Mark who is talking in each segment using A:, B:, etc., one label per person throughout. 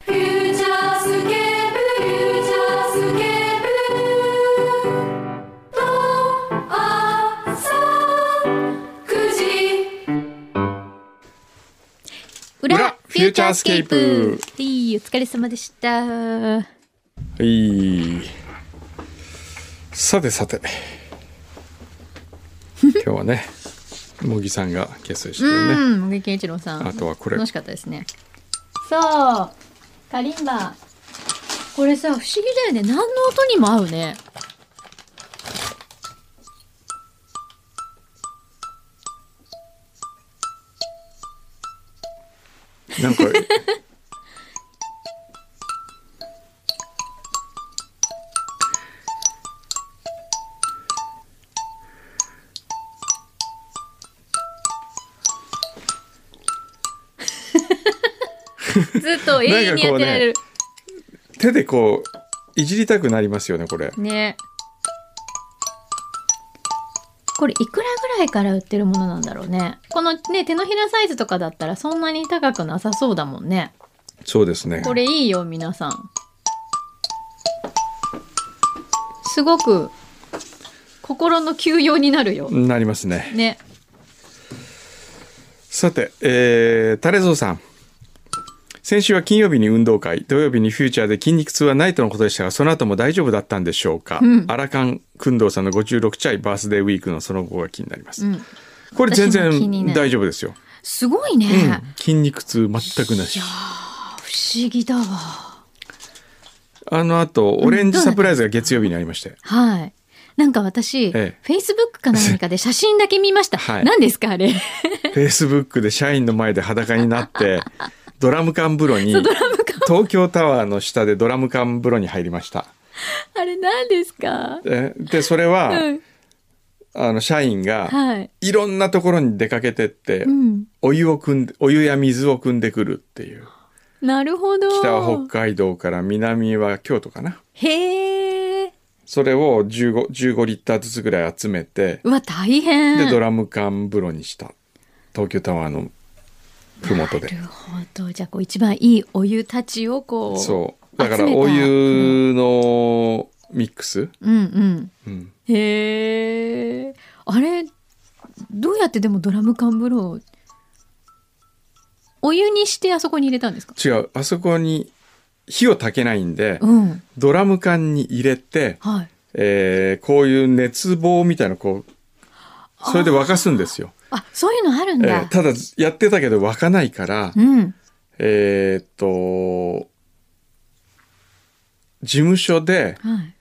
A: フューチャースケープフューチャースケープと朝9時
B: 裏
C: 裏
B: フューチャースケープ
C: フューチャース
B: はいお疲れ様でした
C: はい。さて さて。今日はね、茂木さんがゲストでしたよね。
B: うん茂木健一郎さん
C: あとはこれ
B: 楽しかったですねそうカリンバこれさ不思議だよね何の音にも合うね
C: なんか、
B: ずっと永遠にやってられる
C: 手でこう、いじりたくなりますよね、これ。
B: ねこれいくらぐらいから売ってるものなんだろうねこのね手のひらサイズとかだったらそんなに高くなさそうだもんね
C: そうですね。
B: これいいよ皆さんすごく心の休養になるよ、
C: なりますね。
B: ね
C: さて、えー、タレゾウさん。先週は金曜日に運動会、土曜日にフューチャーで筋肉痛はないとのことでしたが、その後も大丈夫だったんでしょうか。
B: うん
C: アラカン・クンドウさんの56チャイバースデーウィークのその後が気になります。
B: うん
C: これ全
B: 私も気に
C: 然
B: なる
C: 大丈夫ですよ。
B: すごいね、
C: うん、筋肉痛全くなし。
B: 不思議だわ
C: あの後、オレンジサプライズが月曜日にありまして。
B: はいなんか私、
C: ええ
B: フェイスブックか何かで写真だけ見ました、
C: はい
B: 何ですかあれ
C: Facebook で社員の前で裸にな って、ドラム缶風呂に、東京タワーの下でドラム缶風呂に入りました。
B: あれ何ですか
C: えで、それは、
B: うん
C: あの、社員が、
B: はい
C: いろんなところに出かけてって、
B: うん
C: お湯を汲んで、お湯や水を汲んでくるっていう。
B: なるほど
C: 北は北海道から南は京都かな。
B: へえ
C: それを15、15リッターずつぐらい集めて、
B: うわ大変
C: で、ドラム缶風呂にした。東京タワーの麓
B: な
C: で。
B: るほどじゃあこう一番いいお湯たちをこう
C: そう。だから
B: 集めた
C: お湯のミックス、
B: うんうん
C: うん、
B: へえあれどうやってでもドラム缶風呂をお湯にしてあそこに入れたんですか
C: 違う。あそこに火を焚けないんで、
B: うん
C: ドラム缶に入れて、
B: はい
C: えーこういう熱棒みたいなのこう、それで沸かすんですよ。
B: あそういうのあるん
C: え
B: だ、
C: ーただ、やってたけど沸かないから、
B: うん
C: えーっと、事務所で
B: はい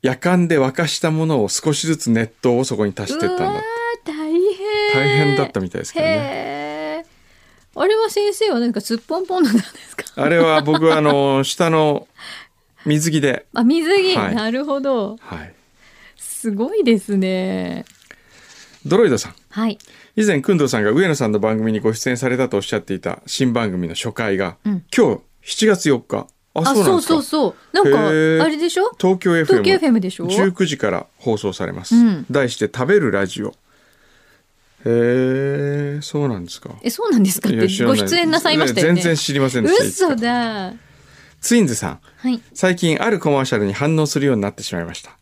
C: 夜間で沸かしたものを少しずつ熱湯をそこに足してったん
B: うわ
C: だ。
B: ー大変
C: 大変だったみたいですけどね。
B: へえあれは先生はなんかすっぽんぽんなんですか
C: あれは僕はあの、下の水着で、
B: あ水着、
C: はい
B: なるほど
C: はい。
B: すごいですね
C: ドロイドさん。
B: はい
C: 以前、くんどうさんが上野さんの番組にご出演されたとおっしゃっていた新番組の初回が、
B: うん
C: 今日7月4日。あ、
B: あ
C: そうなん
B: そ
C: で
B: う
C: すか
B: そうそうなん
C: へー
B: かあれでしょ
C: 東京 FM。
B: 東京 FM でしょ
C: 19時から放送されます。
B: うん
C: 題して食べるラジオ。へえ、そうなんですか。
B: えそうなんですかっ
C: いや
B: て
C: 知ら
B: ご
C: い
B: 出演なさいましたよね
C: 全然知りませんでした。
B: 嘘だ
C: ツインズさん。
B: はい
C: 最近あるコマーシャルに反応するようになってしまいました。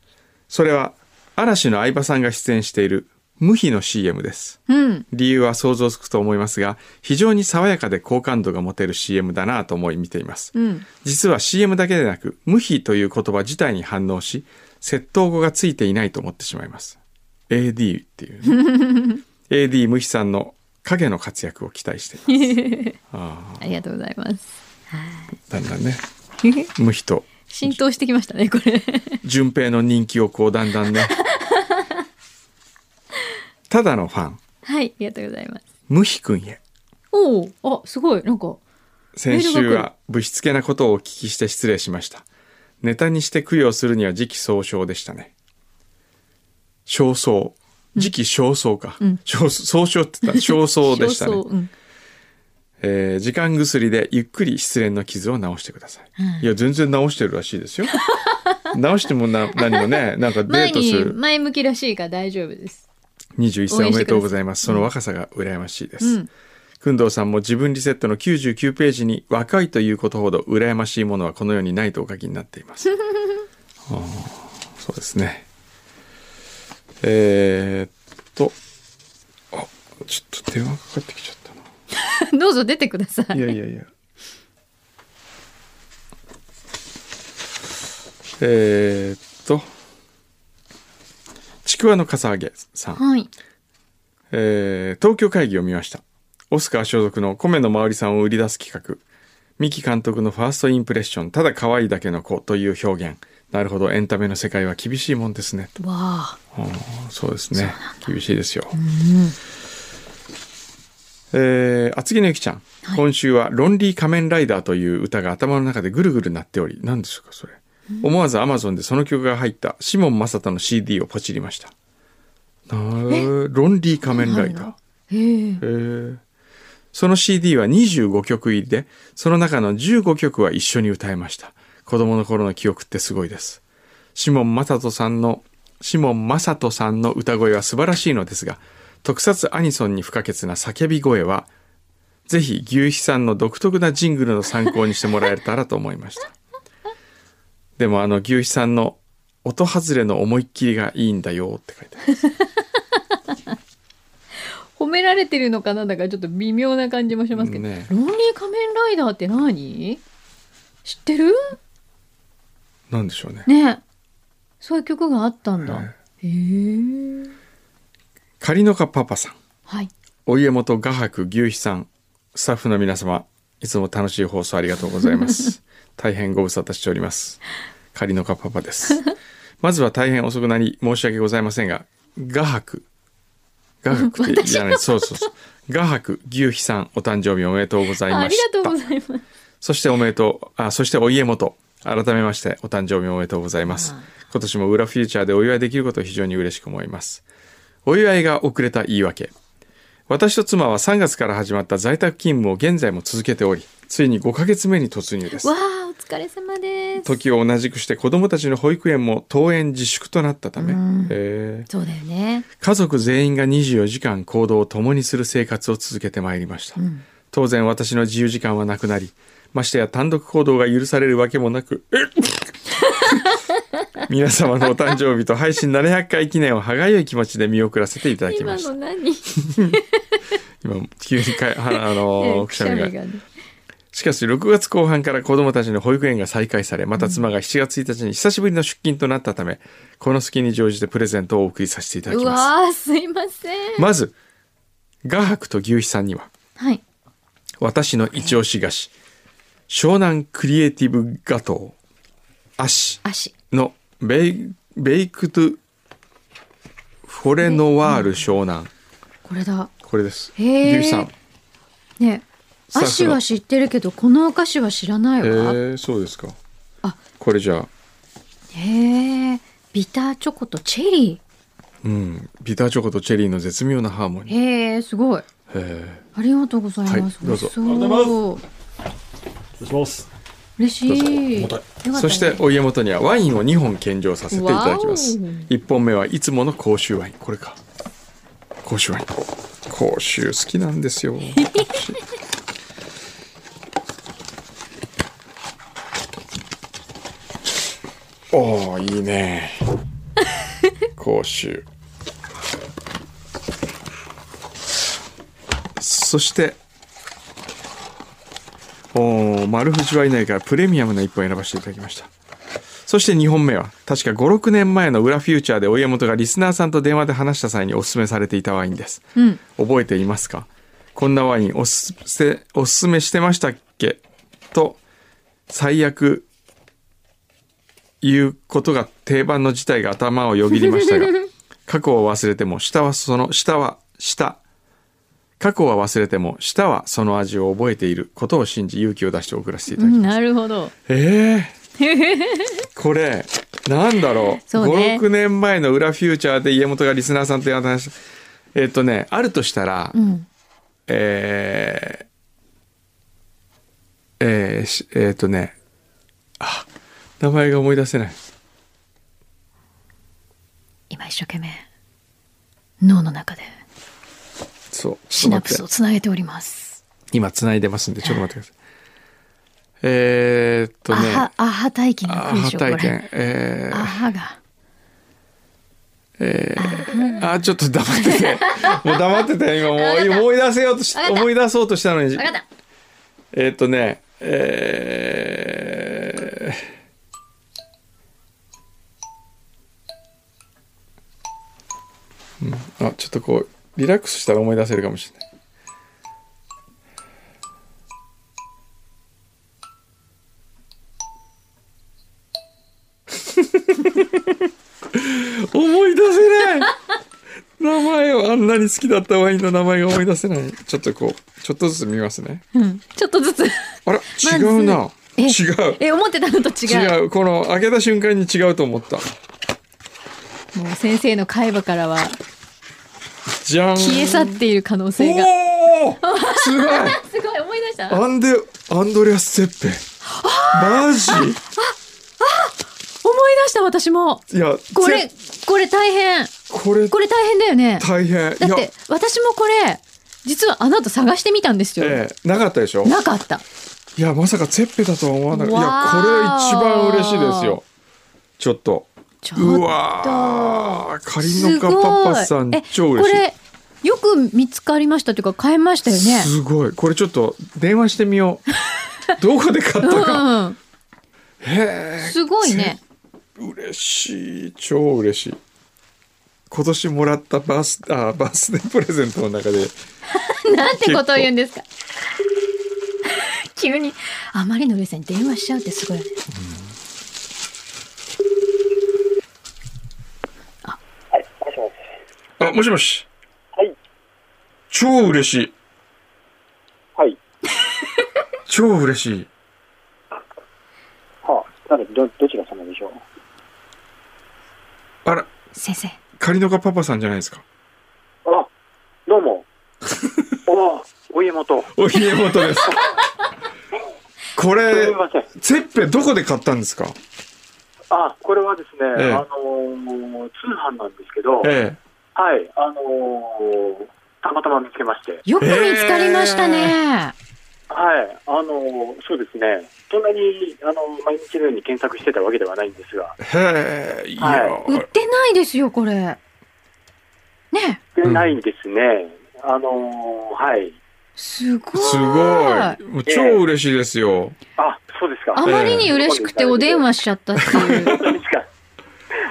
C: それは、嵐の相葉さんが出演している無比の CM です。
B: うん
C: 理由は想像つくと思いますが、非常に爽やかで好感度が持てる CM だなと思い見ています。
B: うん
C: 実は CM だけでなく、無比という言葉自体に反応し、窃盗語がついていないと思ってしまいます。AD っていう、 ね、AD 無比さんの影の活躍を期待しています。あ
B: ありがとうござい ます
C: あ、だんだんね、無比と
B: 浸透してきましたねこれ
C: 順平の人気をこうだんだん ねただのファン
B: はいありがとうございます
C: 無比くんへ
B: おおあすごいなんかメ
C: 先
B: ー
C: 週
B: ルが来
C: はぶしつけなことをお聞きして失礼しましたネタにして供養するには時期尚早でしたね尚早時期尚早か、尚早早って言った尚早でしたね
B: 焦燥うん
C: えー時間薬でゆっくり失恋の傷を治してください、いや全然治してるらしいです よ治してもな何もねなんかデ
B: 前
C: ートす
B: に
C: る
B: 前向きらしいから大丈夫です。
C: 21
B: 応
C: 歳お
B: 援してくだ
C: め
B: さい
C: でとうございますその若さが羨ましいです、
B: うん
C: くんどうさんも自分リセットの99ページに若いということほど羨ましいものはこの世にないとお書きになって いますあーそうですねえーっとあちょっと電話かかってきちゃったな
B: どうぞ出てください。
C: いやいやいや。えーっと。ちくわのかさあげさん、
B: はい。
C: えー東京会議を見ました。オスカー所属の米野まおりさんを売り出す企画。三木監督のファーストインプレッション、ただ可愛いだけの子という表現。なるほど、エンタメの世界は厳しいもんですね。
B: わあ。
C: そうですね。厳しいですよ。えー厚木のゆきちゃん、今週は「ロンリー仮面ライダー」という歌が頭の中でぐるぐる鳴っており何ですかそれ、思わずアマゾンでその曲が入ったシモン・マサタの CD をポチりましたなーロンリー仮面ライダー
B: へえ。
C: へーその CD は25曲入りでその中の15曲は一緒に歌いました子供の頃の記憶ってすごいですシモン・マサトさんのシモン・マサトさんの歌声は素晴らしいのですが特撮アニソンに不可欠な叫び声はぜひ牛肥さんの独特なジングルの参考にしてもらえたらと思いましたでもあの牛肥さんの音外れの思いっきりがいいんだよって書いてある
B: 褒められてるのかなんだかちょっと微妙な感じもしますけど。
C: ね
B: ロンリー仮面ライダーって何知ってる
C: なんでしょうね
B: ねそういう曲があったんだ。
C: はい
B: へえ。
C: 狩野かパパさん
B: はい。
C: お家元画伯牛肥さんスタッフの皆様いつも楽しい放送ありがとうございます 大変ご無沙汰しております仮のかパパですまずは大変遅くなり申し訳ございませんが画伯画伯ってじゃないそうそうそう画伯牛肥さんお誕生日おめでとうござい
B: ああ
C: ま
B: り
C: し
B: がと
C: た
B: うございます。
C: そしておめでとうあそしてお家元改めましてお誕生日おめでとうございます
B: あ
C: 今年も裏フューチャーでお祝いできることを非常に嬉しく思いますお祝いが遅れた言い訳私と妻は3月から始まった在宅勤務を現在も続けておりついに5ヶ月目に突入です
B: わあ、お疲れ様です。
C: 時を同じくして子どもたちの保育園も登園自粛となったため、
B: うん
C: えー
B: そうだよね。
C: 家族全員が24時間行動を共にする生活を続けてまいりました、当然私の自由時間はなくなりましてや単独行動が許されるわけもなく えっ皆様のお誕生日と配信700回記念を歯がゆい気持ちで見送らせていただき
B: 今
C: まし
B: の
C: た
B: 何
C: 今急にかああ のー
B: く
C: く
B: し
C: し
B: ゃ
C: ゃ
B: み
C: み
B: が
C: が
B: ね。
C: しかし6月後半から子供たちの保育園が再開され、また妻が7月1日に久しぶりの出勤となったため、この隙に乗じてプレゼントをお送りさせていただ
B: う
C: きます。
B: わあ、すいません。
C: まず、画伯と牛肥さんには、
B: はい。
C: 私の一押し菓子、湘南クリエイティブガトー、アシ
B: 足。
C: のベイベイクトゥフォレノワール湘南。
B: これだ。
C: これです。
B: へー
C: 牛肥さん。
B: ね。
C: スタッフの
B: 足は知ってるけど、このお菓子は知らない
C: え
B: わ。
C: ー、そうですか。
B: あ
C: これじゃあ、
B: へえ。ビターチョコとチェリ
C: うん、ビターチョコとチェリーの絶妙なハーモニ
B: ー。
C: ー。
B: へえ、すごい。
C: え
B: ありがとうございます。
C: はいどうぞ
B: 美味
D: 失礼
B: しそう。
D: します。
B: 嬉し
D: どうぞ重
B: い。よかったね
C: そしてお家元にはワインを2本献上させていただきます
B: わお
C: 1本目はいつもの甲州ワインこれか甲州ワイン甲州好きなんで すよおおいいね甲州そしておー丸藤ワイナリーからプレミアムな一本選ばせていただきましたそして2本目は確か56年前の「裏フューチャー」でお家元がリスナーさんと電話で話した際におすすめされていたワインです、覚えていますかこんなワインおすすめおすすめしてましたっけと最悪いうことが定番の事態が頭をよぎりましたが過去を忘れても下はその下は下過去は忘れても舌はその味を覚えていることを信じ勇気を出して送らせていただきます、
B: なるほど。
C: ええこれなんだろう
B: そうね
C: 56年前の「裏フューチャー」で家元がリスナーさんとやった話えっとねあるとしたら、
B: うん。
C: えーえーしえーっとねあ名前が思い出せない
B: 今一生懸命、脳の中で
C: そう
B: シナプス
C: ちょ
B: を
C: っと待って
B: つなげております。
C: 今つないでますんでちょっと待ってくださいえーっと
B: ア
C: ね
B: ハ、アハ体験が
C: ア
B: 来るで
C: ハ
B: しょ、これ。
C: 体験え
B: アハが。
C: ー、あーちょっと黙っ ててもう黙ってて今もう思い出せようとし
B: わかった
C: 思い出そうとしたのに
B: わかった
C: えーっとねえーうんあちょっとこうリラックスしたら思い出せるかもしれない 思い出せない名前をあんなに好きだったワインの名前が思い出せないちょっとこうちょっとずつ見ますね
B: うん。ちょっとずつ。
C: あら
B: ま
C: 違
B: ず
C: うな
B: え
C: 違う
B: え、思ってたのと違う。
C: 違うこの開けた瞬間に違うと思った
B: もう先生の会話からは
C: じゃん
B: 消え去っている可能性が。
C: おおす ごい
B: すごい、思い出した
C: アンデアンドレアス・ゼッペマジ
B: 思い出した私も
C: いや
B: これ
C: ぜ
B: これ大変
C: これ
B: これ大変だよね
C: 大変
B: だ
C: い
B: っ
C: や
B: て私もこれ実はあの後探してみたんですよ、
C: ええなかったでしょ
B: なかった
C: いやまさかゼッペだとは思わなかったいや
B: わー
C: これ一番嬉しいですよちょっと
B: ちょっと
C: うわーカリノカパパさん
B: すごいえ
C: 超嬉しい
B: これよく見つかりましたというか買えましたよね
C: すごいこれちょっと電話してみよ うどこで買ったか、
B: うんうん
C: へえ
B: すごいね
C: 嬉しい超嬉しい今年もらったバースあバースデープレゼントの中で
B: なんてことを言うんですか 急にあまりの嬉しさに電話しちゃうってすごいよね、
E: は
C: あ
E: い、もしもし。
C: もしもし
E: はい、
C: 超嬉しい
E: はい。
C: 超嬉しい
E: はあ、なんで、ど、どちら様でしょう
C: あら
B: 先生
C: カリノカパパさんじゃないですか
E: あ、どう も。おお、お家元。
C: お家元です こ
E: す
C: れ
E: みません。
C: ゼッペどこで買ったんですか
E: あ、これはですね、
C: ええ
E: あのー通販なんですけど、
C: ええ
E: はい、あのーたまたま見つけまして、
B: よく見つかりましたね、
E: はい、あのーそうですね、そんなに、あのー毎日のように検索してたわけではないんですが、
C: へえいや、
E: は
B: 売ってないですよこれね
E: で
C: うん
E: ないですね、あのーはい、
B: すごい
C: すごいもう超嬉しいですよ、
E: あ、そうですか。
B: あまりに嬉しくてお電話しちゃったっていう
E: そうですか。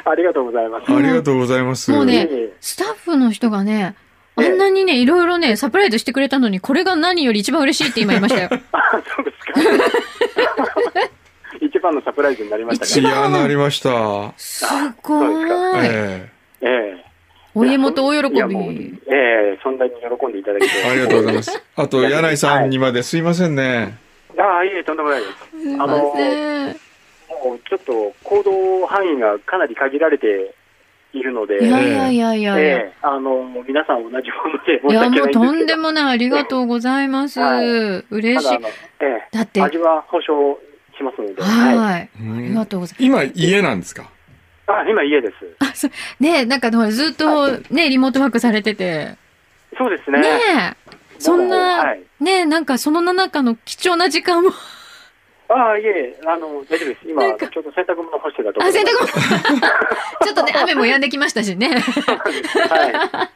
E: ありがとうございます。
C: ありがとうございます
B: もうね
E: いえいえ
B: スタッフの人がねあ
E: ええ
B: んなにねいろいろねサプライズしてくれたのにこれが何より一番嬉しいって今言いました よ
E: あそうですか。 一番のサプライズになりました
C: い
E: ね。
C: やなりました。
B: すごい
C: え
E: ええ
B: お家元大喜
E: いやもう
B: び
E: ええそんなに喜んでいただけ
C: え
E: て。
C: ありがとうございます。あと
E: いや
C: 柳井さんにまですいませんね。
E: ああ、いえ、とんでもないです。
B: すい
E: あ
B: ま
E: の
B: せん
E: もうちょっと行動範囲がかなり限られているので、
B: いや
E: え
B: いやいやいやいや、
E: えあの、皆さん同じもので申
B: い
E: し
B: やもう
E: 訳ないんですけど。
B: とんでもないありがとうございます、
E: は
B: 嬉
E: ただ
B: し
E: あ
B: い
E: の、え
B: だっ
E: え
B: ては
E: 味は保証しますの
B: い、
E: で。は
B: あ
E: い。
B: りがとうございます
C: 今家なんですか。
E: あ、今家です。
B: ねえ、なんかほらずっとね、リモートワークされてて。
E: そうですね。
B: ねえ。そん
E: は
B: な、
E: い
B: ねえ、なんかその中の貴重な時間も。
E: ああ、いえ、あの、大丈夫です。今、
B: なんか
E: ちょうど洗濯物干してたところ。
B: あ、洗濯物。 ちょっ とね、雨も止んできましたしね。
E: 物。は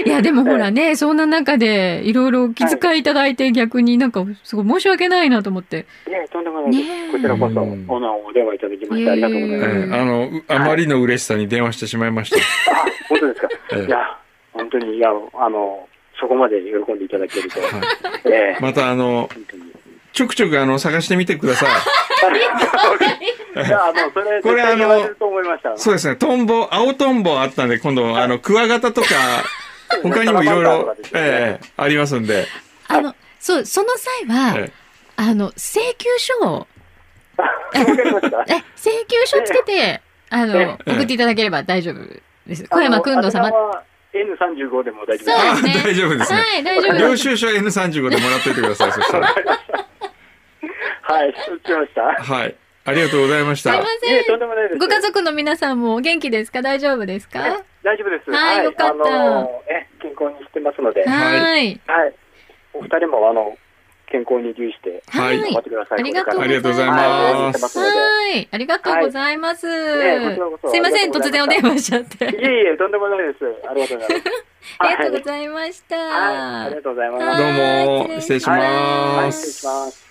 E: い。
B: いや、でもほらね、そんな中でいろいろ気遣いいただいて逆になんかすごい申し訳ないなと思って。
E: いえ、とんでもないです。
B: ねえ
E: こちらこそ、
C: うん
E: オーナーお電話いただきまして、ありがとうござい
C: え
E: ます。
B: うん
C: えあのうあまりの嬉しさに電話してしまいました。
E: あ、本当ですか。
C: ええ
E: いや、本当に、いや、あの、そこまで喜んでいただけると。
C: い
E: ええ
C: またあの
E: 本当に。
C: ちょくちょくあの探してみてください。
E: いや、あの、それ、
C: これ
E: 絶対
C: あの
E: 言われると思いました。
C: そうですね。トンボ青トンボあったんで今度あのクワガタとか他にもいろいろ、ええありますんで、
B: あの、そう、その際は、
C: ええ
B: あの、請求書を、
E: わかりました。
B: え、請求書つけて、あの
E: え、
C: え
B: 送っていただければ大丈夫です。 小山くんど様。
E: N35 でも大丈夫です。
B: そうですね。
C: あ大丈夫ですね
B: はい、大丈夫
C: 領
B: です。
C: 収書 N35 でもらっといてください。そしたら。
E: はい、承知しました。
C: はい。ありがとうございまし
B: すいま
C: た。
E: いえ、
B: せ
E: と
B: ん
E: ん。でもないです。
B: ご家族の皆さんもお元気ですか大丈夫ですかは
E: 大丈夫です。
B: はいよかった
E: あの、え、健康にしてますので、はい。
B: ーい。
E: お二人も、あの、健康に留意して、
C: はい
E: 頑張ってください。
B: ありがとうご
E: これ
C: ありが
E: から
C: とうござい
E: はい応援
C: ま。
E: してますすので。
B: はい。ありがとうございます。
E: えこちらこそ
B: すいません、
E: ありがとうございました
B: 突然お電話しちゃって。
E: いえいえ、とんでもないです。ありがとうございます。
B: ありがとうご
E: い
B: ざいまし
E: は
B: た
E: い、ありが。とうございます。
C: どうも、失礼し
E: は
C: ま
E: い、失礼
C: す
E: し。ます。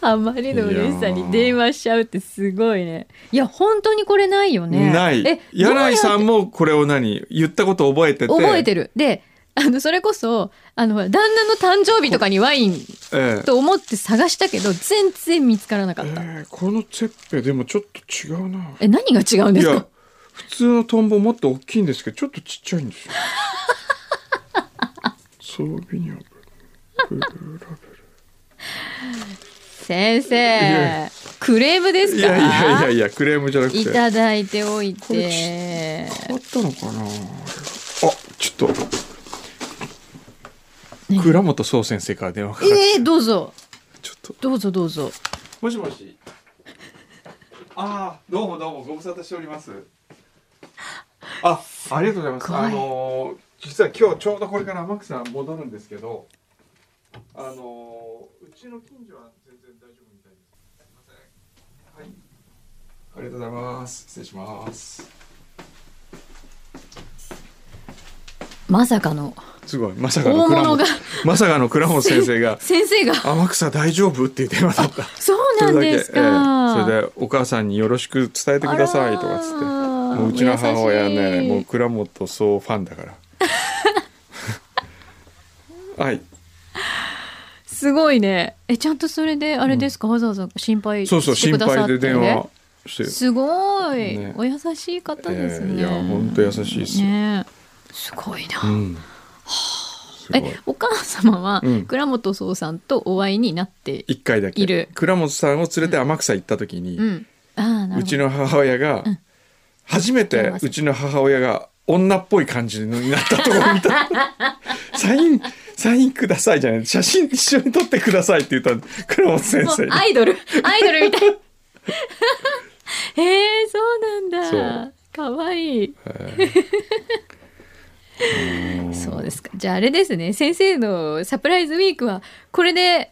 B: あまりの嬉しさに電話しちゃうってすごいね。いや、本当にこれないよね。
C: ない
B: え、。
C: 柳井さん
B: も
C: もこれを何言ったこと覚えてて。
B: 覚えてる。で、あの、それこそ、あの、ほら旦那の誕生日とかにワイン
C: ええ
B: と思って探したけど、全然見つからなか
C: え
B: った。
C: えこのチェッペでもちょっと違うな。
B: え、何が違うん
C: い
B: です
C: や
B: か、
C: 普通のトンボもっと大きいんですけど、ちょっとちっちゃいんですよ。 ソービニョンブルーラ
B: 先
C: い
B: 生、
C: や
B: クレームです
C: ベル
B: か
C: いやいやいやいや、クレームじゃなくて。
B: いただいておい
C: これ
B: て。
C: 変わったのかなあちょっと倉本総先生から電話かかって
B: えー、どうぞ。
C: ちょっと
B: どうぞどうぞ。
C: もしもしああどうもどうもご無沙汰しておりますあありがとうございます
B: ごい
C: あのー実は今日ちょうどこれから天草戻るんですけどあのーうちの近所は全然大丈夫みたいですすいませんはいありがとうございます失礼します
B: まさかの。
C: すごいまさかの
B: 大
C: 倉
B: 物
C: 本
B: が、
C: まさかの倉本先生が
B: 先生が。
C: 天草大丈夫っていうテーマだった。
B: そうなんですか。
C: それだけええそれでお母さんによろしく伝えてくださいとかっつって。もううちの母親ね、もう倉本総ファン だから。はい、
B: すごいね。え、ちゃんとそれで、あれですか、わざわざ心配
C: そうそう
B: して
C: 心
B: くださ
C: 配
B: っ
C: で
B: て
C: 電話して。
B: すごい、
C: ね
B: お優しい方ですね。
C: ええいや本当優しいですよ
B: ねえすごいな。
C: うん。すごい
B: え、お母様は、
C: うん
B: 倉本総さんとお会いになって。
C: 一回だけ。
B: いる
C: 倉本さんを連れて天草行った時に、
B: うん。ああ、なるほど。
C: うちの母親が、初めてうちの母親が女っぽい感じになったところ見 たサインサインくださいじゃない写真一緒に撮ってくださいって言ったの倉本先
B: も
C: 生
B: う
C: に
B: アイド ル、アイドルみたい。へえ、そうなん
C: そ
B: だ。かわいい。そうですか。じゃああれですね。先生のサプライズウィークは、これで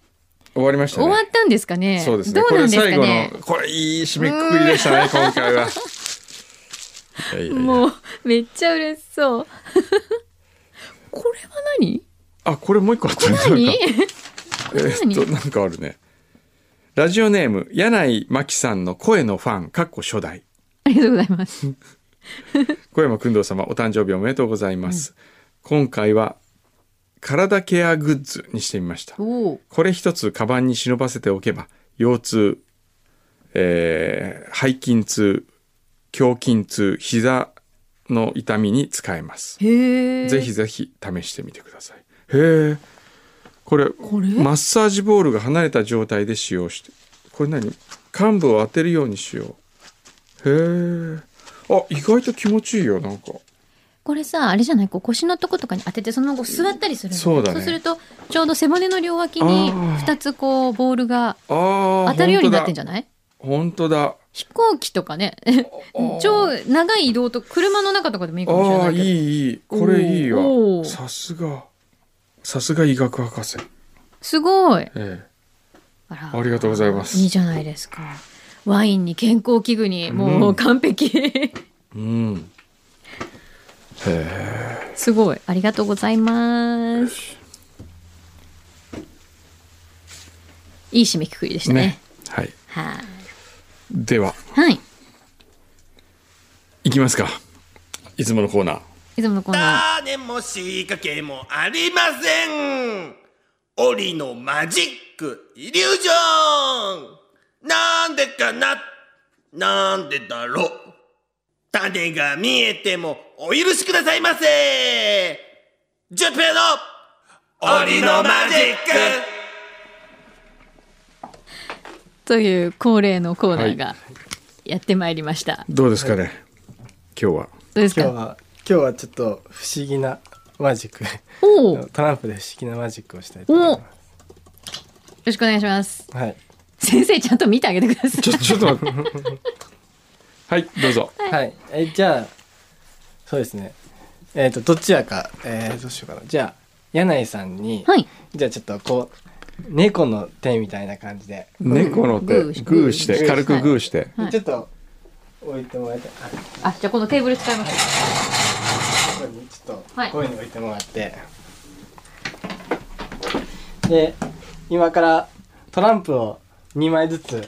C: 終わりました
B: 終
C: ね
B: わったんですかね。
C: そうですね
B: どうなんですか
C: これ最
B: ね
C: 後。のこれいい締めくくりでしたね今回はいやいやいや
B: もう、めっちゃ嬉し そう。これは何
C: あこれもう一個あったね
B: 何
C: なんかえ
B: 何
C: ーっとなんかあるねラジオネーム柳井真紀さんの声のファンかっこ初代
B: ありがとうございます。
C: 小山君堂様お誕生日おめでとうございます、今回は体ケアグッズにしてみました
B: お
C: これ一つカバンに忍ばせておけば腰痛、えー背筋痛胸筋痛膝の痛みに使えます
B: へえ。
C: ぜひぜひ試してみてくださいへえこれ
B: れ
C: マッサージボールが離れた状態で使用してこれ何患部を当てるようにしようへえあ意外と気持ちいいよなんか
B: これさ、あれじゃないこう腰のとことかに当てて、その後座ったりするの
C: そうだね
B: そうすると、ちょうど背骨の両脇に
C: あー
B: 2つこう、ボールが
C: ああ
B: 当たるようになってんじ
C: ゃん
B: ゃない
C: 本当だ
B: 飛行機とかね、 超長い移動と車の中とかでもいいかもしれ
C: あ
B: な
C: あ
B: い
C: い
B: けど。
C: いいいこれいいわ
B: おー
C: さすがさすが医学博士、
B: すごい。
C: え
B: あら
C: ありがとうございます
B: いいじゃないですか。ワインに健康器具に、もう完璧。
C: え、うんへえ
B: すごい。ありがとうございます。いい締めくくりでしたね。
C: ねはい
B: はい
C: では
B: はい。
C: いきますかいつものコーナー
B: いつものコーナー。
F: 種も仕掛けもありません檻のマジックイリュージョンなんでかななんでだろう種が見えてもお許しくださいませジュンペイの檻のマジック
B: という恒例のコーナーがやってまいりました、
C: どうですかね、今日は
B: どうです
G: 今日
B: か
G: は今日はちょっと不思議なマジ ック
B: おおよ
G: トランプで不思議なマジックをしたいと思いま
B: ろしくお願いします
G: すはい、
B: 先生ちゃんと見てあげてください
C: ちょちょっと待って はいどうぞ
G: はい、えじゃあそうですねえっ、とどちらか、えー、どうしようかなじゃあ柳井さんに、
B: はい
G: じゃあちょっとこう猫の手みたいな感じで、
C: 猫の手
B: グー
C: グーして
B: グー
C: 軽くグーして、
B: はい
G: ちょっと置いてもらいたいあこ
B: あじゃあこのテーブル使います
G: こにちょっ
B: はい
G: とこういうの置いてもらって、で今からトランプを2枚ずつ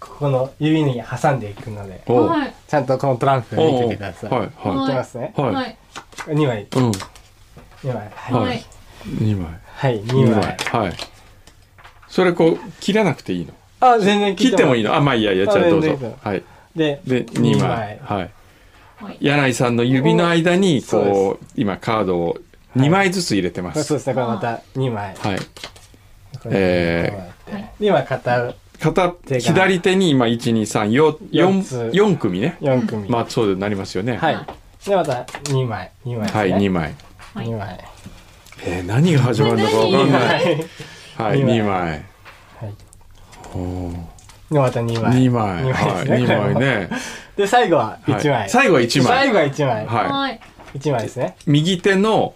G: ここの指に挟んでいくので
C: おう
B: はい
G: ちゃんとこのトランプを見ててください、
C: はい
G: い
C: は
G: きますね、
C: はい
B: はい
G: 2枚
C: い、うん、
G: 2枚はい、
C: は
G: はいい
B: はい
C: 2枚
G: 2枚
C: はいそれこう切らなくていいの
G: あ全然
C: 切ってもいい
G: の
C: のあまあいいやいやじゃあ
G: あ
C: どう
G: 全然
C: ぞ
G: いいですよ
C: はい
G: で
C: で2枚はい柳井さんの指の間に
G: そ
C: こう今カードを2枚ずつ入れてま
G: そう
C: す
G: ですねこれまた2枚
C: はい
G: これ
C: えー
G: こうやってで今片
C: 片
G: 手が
C: 左手に今
G: 四つ
C: 12344組ね
G: 4組、
C: まあそうになりますよね
G: はいいでまた2枚2枚です
C: はい
G: ね、
C: 2枚
G: 2枚
C: えー何が始まるのかわかんない
G: はい
C: はい2
G: 二枚
C: 枚
G: はい
C: おー
G: でまた2枚
C: 2枚
G: 二
C: はい
G: ですね
C: 2枚ね
G: で最後は1枚、
C: はい最後は1枚
G: 最後は1枚、
C: は
B: はい
G: い、1枚ですね
C: い右手の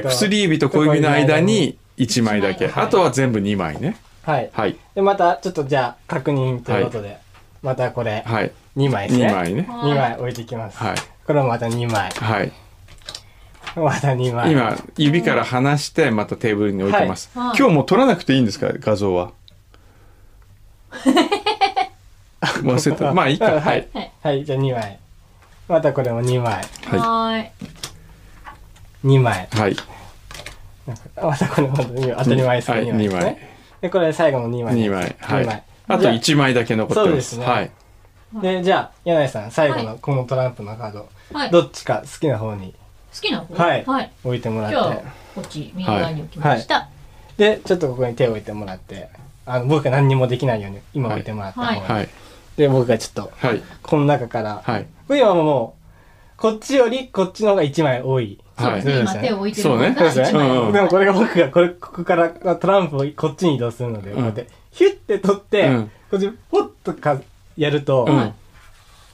C: え
G: ー
C: ー
G: と
C: 薬指と小指の間に1枚だけ
G: はい
C: あとは全部2枚ね
G: はい
C: はい
G: でまたちょっとじゃあ確認ということで、またこれ
C: はい
G: 2枚ですね
C: 2枚ね
G: 2枚置いていきます、
C: はい
G: これもまた2枚
C: はい
G: また2枚
C: 今指から離してまたテーブルに置いてます、
B: はい
C: 今日もう撮らなくていいんですか画像は忘れたまあいいかはい
G: はいじゃあ2枚またこれも2枚
C: は
B: はい
G: 2枚
C: いはい
G: またこれも2枚当たり前です
C: は
G: ね
C: い
G: 2枚ですね、
C: 二枚
G: でこれ最後の2枚です
C: 2枚は
G: 二枚
C: いあと1枚だけ残って
G: そう
C: ま
G: ですすね
C: はい
G: でじゃあ柳井さん最後のこのトランプのカード、
H: はい
G: どっちか好きな方に
H: 好きな方
G: はい
H: はい、
G: 置いてもらっ
H: じゃあ
G: て
H: こっち右側に置きました、
G: でちょっとここに手を置いてもらってあの僕が何にもできないように今
C: はい
G: 置いてもらった方
H: は
G: が、
H: い
C: はい
G: で僕がちょっと
C: はい
G: この中から、
C: はい
G: 今はもうこっちよりこっちの方が1枚多い
H: そう
C: は
H: です
C: い
H: ね、
G: はい
H: 今手を置いてる
C: そうね
H: 方が
G: そうで
H: 一
G: すね、
H: 枚、
C: うんうん
G: でもこれが僕がこれここからトランプをこっちに移動するので、
C: ん
G: こうやってヒュッて取って、
C: うん
G: こっちポッとかやると、
C: うん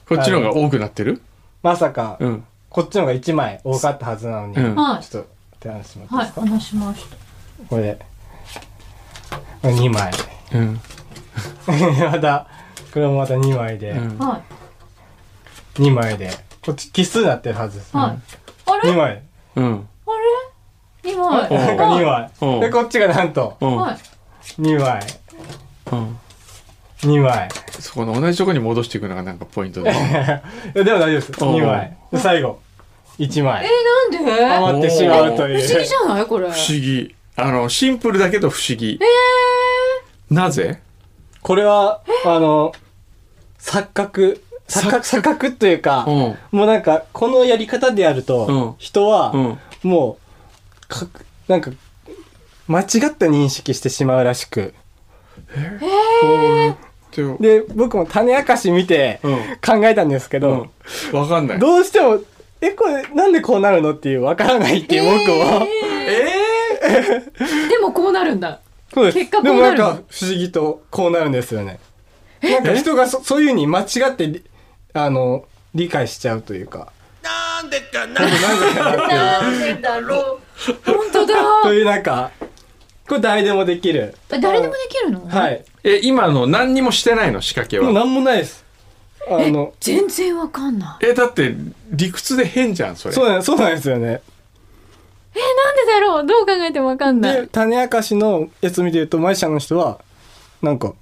C: こっちの方が多くなってる
G: まさか、
C: うん
G: こっちの方が1枚多かったはずなのに、
C: うん
H: はい
G: ちょっと手離してもら
H: は
G: っ
H: い、
G: ていいで
H: 話
G: すか、
H: しました
G: これでこれ2枚
C: うん
G: またこれもまた2枚で、
C: うん
H: はい、
G: 2枚でこっち奇数になってるはずです、
H: はい、あれ
G: 2枚
C: うん
H: 今はい、
G: なんか2枚
C: うん
G: でこっちがなんと
C: うん
H: はい、
G: 2枚
C: うん
G: 2枚
C: そこの同じとこに戻していくのがなんかポイ ントで
G: いやでも大丈夫です
C: おう
G: 2枚で最後1枚
B: えなんで
G: 余ってしまうという
B: 不思議じゃないこれ
C: 不思議あのシンプルだけど不思議なぜ
G: これはあの錯覚錯覚錯覚というか
C: うん
G: もうなんかこのやり方でやる
C: うん
G: と人
C: う
G: は
C: ん
G: もうかなんか間違った認識してしまうらしく
C: でも
G: で僕も種明かし見て
C: うん
G: 考えたんですけど、
C: うん、わかんない。
G: どうしても、え、これ、なんでこうなるのっていう、わからないっていう、僕 は。
B: でもこうなるんだ
G: そうです。
B: 結果
G: で
B: こう
G: も
B: な
G: な
B: る
G: んか、不思議と、こうなるんですよね。なんか人がそ、そういうふうに間違ってり、あの、理解しちゃうというか。
F: なんでかな
G: なんでかなっていう
H: なんでだろ
B: 本当だ
G: という、なんか、これ誰でもできる。
B: え誰でもできるの
G: はい。
C: え、今の何にもしてないの仕掛け
G: もう
C: は。
G: なんもないです。あの、
B: 全然わかんない
C: え、だって理屈で変じゃん、それ。
G: そうなん、そうなんですよね。
B: えなんでだろうどう考えてもわかんな
G: で、
B: い
G: 種明かしのやつ見てると、マジシャンの人は、なんか、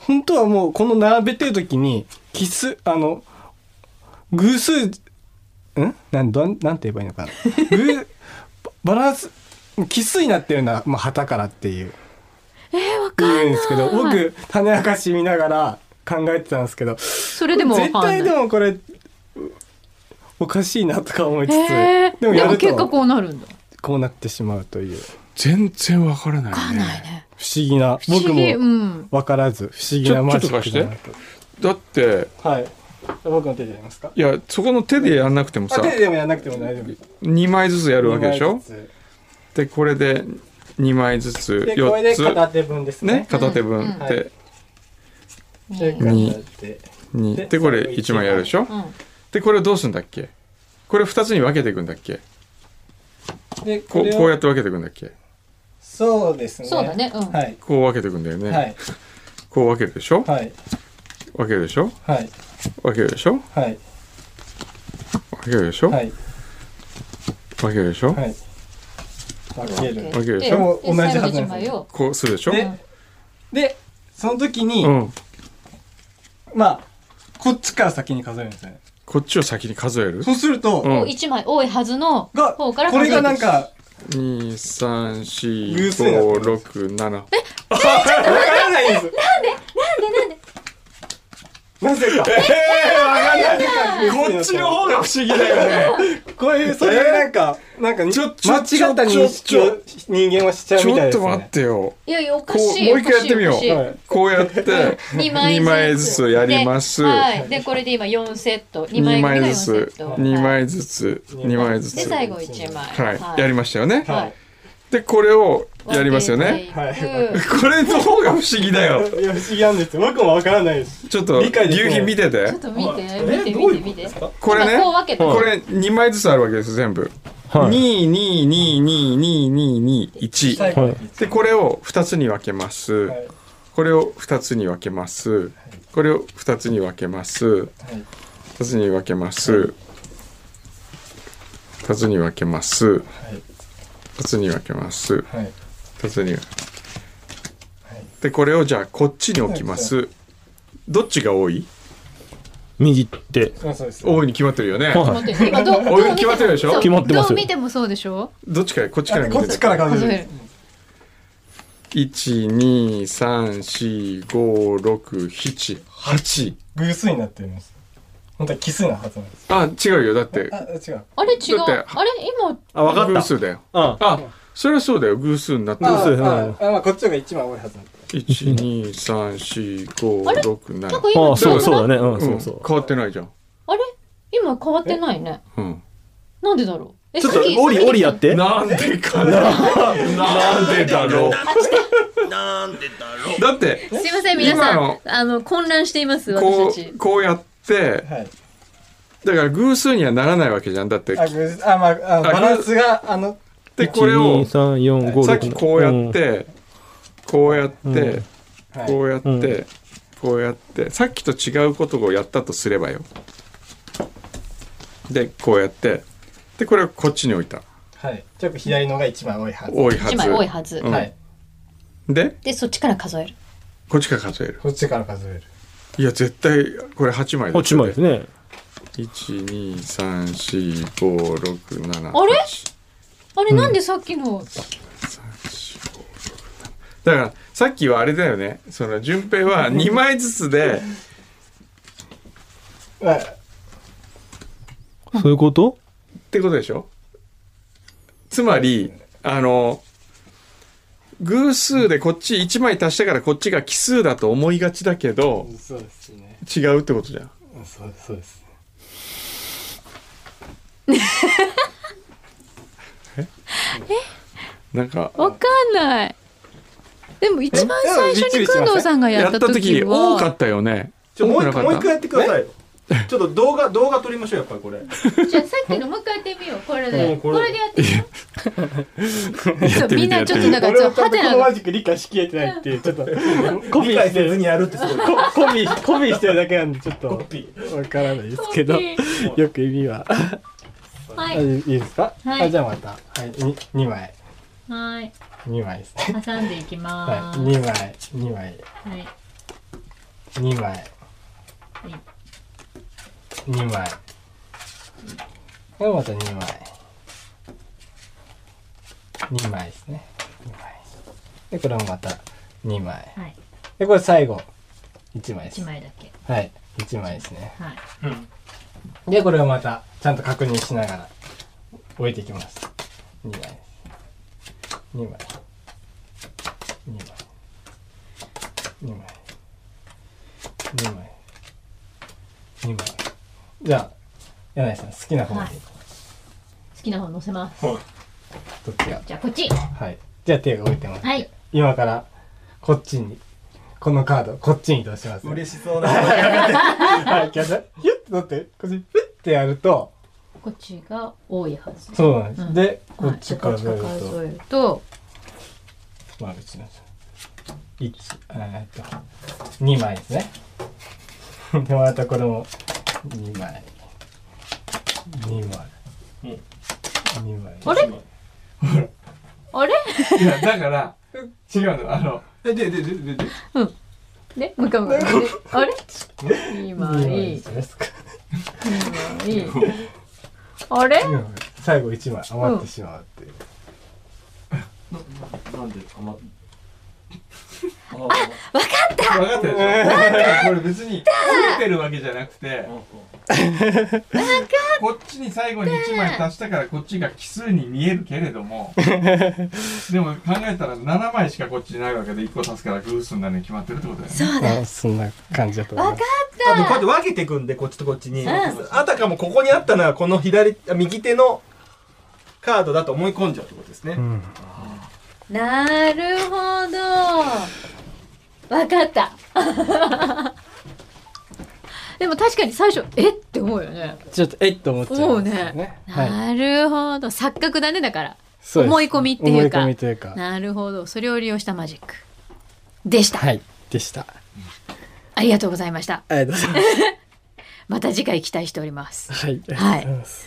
G: 本当はもう、この並べてる時に、奇数、あの、偶数、んなん、どん、なんて言えばいいのかな。 偶、バランス、奇数になってるのは、まあ、旗からっていう。
B: えーわ
G: 言
B: かんな
G: う
B: い
G: んですけど、僕、種明かし見ながら、考えてたんですけど
B: それでもわ
G: 絶
B: かんない
G: 対でもこれうおかしいなとか思いつつ、
B: へー
G: でも
B: で
G: や
B: も
G: る
B: 結果
G: と
B: こうなるんだ
G: こうなってしまうという
C: 全然わからないね
B: わかんないね
G: 不思議な
B: 不思議
G: 僕
B: う
G: も
B: ん
G: 分からず不思議なマジックだなと
C: だって
G: はい僕の手でやりますか
C: いやそこの手でやんなくても
G: あ
C: さ
G: 手ででもやらなくても大丈夫
C: 2枚ずつやるわけでし
G: 二枚
C: ょ
G: ずつ
C: でこれで2枚ずつ
G: でこ
C: 4
G: れで片
C: つ
G: 手分ですね
C: ね片手分
G: うん
C: で
G: で片手
C: 2でこれ1枚やるでしょ
B: うん
C: でこれをどうするんだっけこれ2つに分けていくんだっけ
G: で
C: こ
G: れ
C: う
G: を
C: こうやって分けていくんだっけ
G: そうですね
B: そうだねうん
G: はい
C: こう分けていくんだよね、
G: はい
C: こう分けるでしょ
G: はい
C: 分けるでしょ
G: はい
C: 分けるでしょ
G: はい
C: 分けるでしょ、
G: はい
C: 分けるでしょ、
G: はい分ける
C: 分けるでし
G: で
C: ょ
G: も同じはずな
B: 最後の
G: んです
B: 一枚を
C: こうするでしょ
G: ででその時に、
C: うん
G: まあこっちから先に数えるんですよね
C: こっちを先に数える
G: そうすると、
C: うん
B: 一枚多いはずの
G: が
B: 方から
G: これがなんか
C: 二三四
G: 偶数だ
C: 五六七
G: わからないんですなん でなんでなんでなぜかえー、わかんないこっちの方
C: が不思議だよね
G: こういうそれなんか、なんかに
C: ちょちょ
G: 間違った認識を人間はしちゃ う
C: ち
G: みた
C: ょっ
G: いです
C: と待っ
G: ね
C: てよ
B: いやいやおか
C: こ
B: し
C: う
B: い
C: もう一回やってみよ
B: おかしいおかし
G: はいい
C: こうやって
B: 二枚
C: 二枚ずつやります
B: ではい、でこれで今四セット、二
C: 2
B: 枚組
C: 枚
B: が四セ
C: ず
B: ッ
C: つ
B: ト、
C: 2
B: はい
C: 枚ずつ2枚ず
B: で
C: つ
B: 最後一枚、
C: はいやりましたよね
B: はい
C: でこれをやりますよね
G: はい
B: 分けていく
C: これの方が不思議だよ
G: いや不思議なんですよ僕もわからないです
C: ちょっと
G: 理解できない
C: 夕日見てて
B: ちょっと見て、
G: え
B: 見て、
G: どう
B: 見
G: い
B: て、見
G: うことで
B: て
G: す。か
C: これね
B: 今こう分けた
C: これ2枚ずつあるわけです全部
G: 最
C: 2222221
G: 後に
C: でこれを2つに分けます
G: はい
C: これを2つに分けますこれを2つに分けます2つに分けます2つに分けます2つに分けます
G: はいはい
C: 2つにでこれをじゃあこっちに置きますどっちが多い
D: 右手。
G: そうそうです
C: 多いに決まってるよね
D: はい
B: 待って今どうどう
C: 俺決まってるでしょ
B: そう
D: 決まってます
B: どう見てもそうでしょ
C: どっちからこっちから見て
G: こっちから数
B: 数え
G: え
B: る。
C: 1234567
G: る偶数になっています本当は奇数なはずなんです
C: あ違うよだって
G: あ違う
B: あれ違う。
C: だって
B: あれ今
D: あ、わかっ
C: 偶
D: た。
C: 数だよ
D: うん。
C: あそれはそうだよ偶数になってる
D: あそうですね
G: あああまあこっちが一番多いはずなんで
B: なん
C: 1234567
B: か今
D: あ、そう
B: ど
D: そう
B: な
D: だね。うん、
C: う
D: そ
C: ん
D: うそう。
C: 変わってないじゃん
B: あれ今変わってないね。
C: うん
B: なんでだろう。ち
D: ちょっと、オリ、オリやっ。て。
C: なんでかななんでだろう
F: なんでだろ う
C: だって
B: すいません皆さん
C: 今の
B: あの混乱しています
C: こ
B: 私たち
C: う。こうやって
G: はい
C: だから偶数にはならないわけじゃんだって
G: あ偶数あまああバランスがあの
C: でこれを
D: 1 2 3 4 5
C: さっきこうやっ。てこうやって
G: はい
C: こうやっ
D: う
C: てこうやってさっきと違うことをやったとすればよでこうやってでこれをこっちに置いた
G: はいちょっと左のが一番多いはず
C: 多いは
B: 一枚多い
C: ず
B: はず。
C: ん
G: はい
C: で
B: でそっちから数える。
C: こっちから数える
G: こっちから数える
C: いや絶対これ8枚だよ
D: 8枚ですね。
B: あ
C: 1234567
B: れあれなんでさっきの
C: だからさっきはあれだよねその順平は2枚ずつで
G: まあ
D: そういうこと
C: ってことでしょつまりあの偶数でこっち1枚足したからこっちが奇数だと思いがちだけど
G: そうですね
C: 違うってことじゃん
G: そうですそうです
C: なんか
B: わかんない。でも一番最初に工藤さんがや
C: や
B: っ
C: ったた
B: 時
C: 時
B: は
C: 多かったよね
D: ちょもう一
C: 多くな
D: 回
C: かった
D: もう一回やってくださいよ。ちょっと動画、動画撮りましょう、やっぱりこれ。
B: じゃあさっきのもう一回やってみようこれ
D: う
B: で
D: ん
B: こ
D: これ
B: れでやってみようそう
C: てみて
B: みんなちょっとなんか
G: 俺
B: ちょ
G: は
B: っ
G: ち
B: とハテナ
G: ゃんとこの
B: が
G: マジック理解しきれてないっていうちょっと コピ
D: 理解
G: ーして
D: せず
G: る
D: にやるってすごい。
G: ココピーコピーしてるだけなんでちょっとわからないですけど
B: コピ
G: よく意味は
B: は
G: あ
B: い
G: いいですか
B: はい
G: あじゃあまたはいに二枚
B: はい
G: 二枚ですね
B: 挟んでいきま
G: は
B: す
G: い二枚二枚
B: はい
G: 二枚二枚これまた二枚二枚ですね二枚でこれもまた二枚
B: はい
G: でこれ最後1枚です
B: 一枚だけ。
G: はい1枚ですね
B: はい。
G: でこれをまたちゃんと確認しながら置いていきます2枚です2枚2枚2枚2枚2枚じゃあ柳井さん好きな方に、
B: はい好きな方乗せます。
G: どっちが
B: じゃあこっち。
G: はいじゃあ手が置いてます、
B: はい。
G: 今からこっちにこのカードこっちに移動します
F: 嬉しそうな。
G: はいキャッチャーヒュッて取ってこっちフッてやると
B: こっちが多いはず。
G: そうなんです、
B: うん
G: でこ
B: はい
G: っち数え
B: こっち
G: ると、
B: から数えると、
G: まあ別に一えーっと二枚ですねでまたこれも二枚二枚二枚
B: あれあれ
G: いやだから違うのあの
F: え、で、で、で、で、で。
B: ね、向かう向かう。あれ2
G: 二
B: 枚、
G: 枚ですか
B: 2枚。あれ
G: 二枚最後一枚余ってしまうっていう、
F: なんで、あんま。
C: 分かったでしょこれ別についてるわけじゃなくてこっちに最後に1枚足したからこっちが奇数に見えるけれどもでも考えたら7枚しかこっちにないわけで1個足すから偶数になるに決まってるってことだよね
G: あそんな感じだと思います
F: あとこうやって分けていくんでこっちとこっちに、あたかもここにあったのはこの左あ右手のカードだと思い込んじゃうってことですね、
G: うん
B: なるほど。わかった。 でも確かに最初、えって思うよね。
G: ちょっとえっと思っちゃいますよ
B: 思う
G: ねはい
B: なるほど。錯覚だね、だから。
G: そうです
B: 思い込みっていうか
G: 思い込みというか
B: なるほど。それを利用したマジック。でした。
G: はいでした
B: ありがとうございました。
G: ありがとうございます
B: また次回期待しております。
G: はいありがとうございます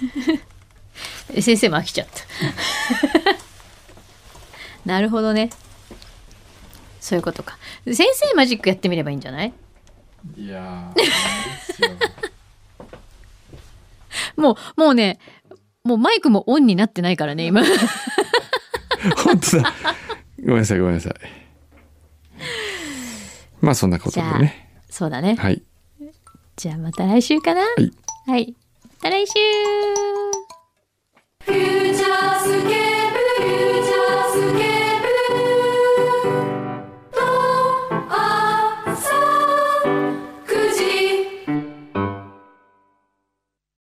B: え先生も飽きちゃった。 なるほどね。そういうことか。先生マジックやってみればいいんじゃない
C: いやーダメですよ
B: もう、もうね、もうマイクもオンになってないからね、今。
I: 本当だ。ごめんなさい、ごめんなさい。まあ、そんなことでね。
B: そうだね。
I: はい。。
B: じゃあまた来週かな。はいはい、また来週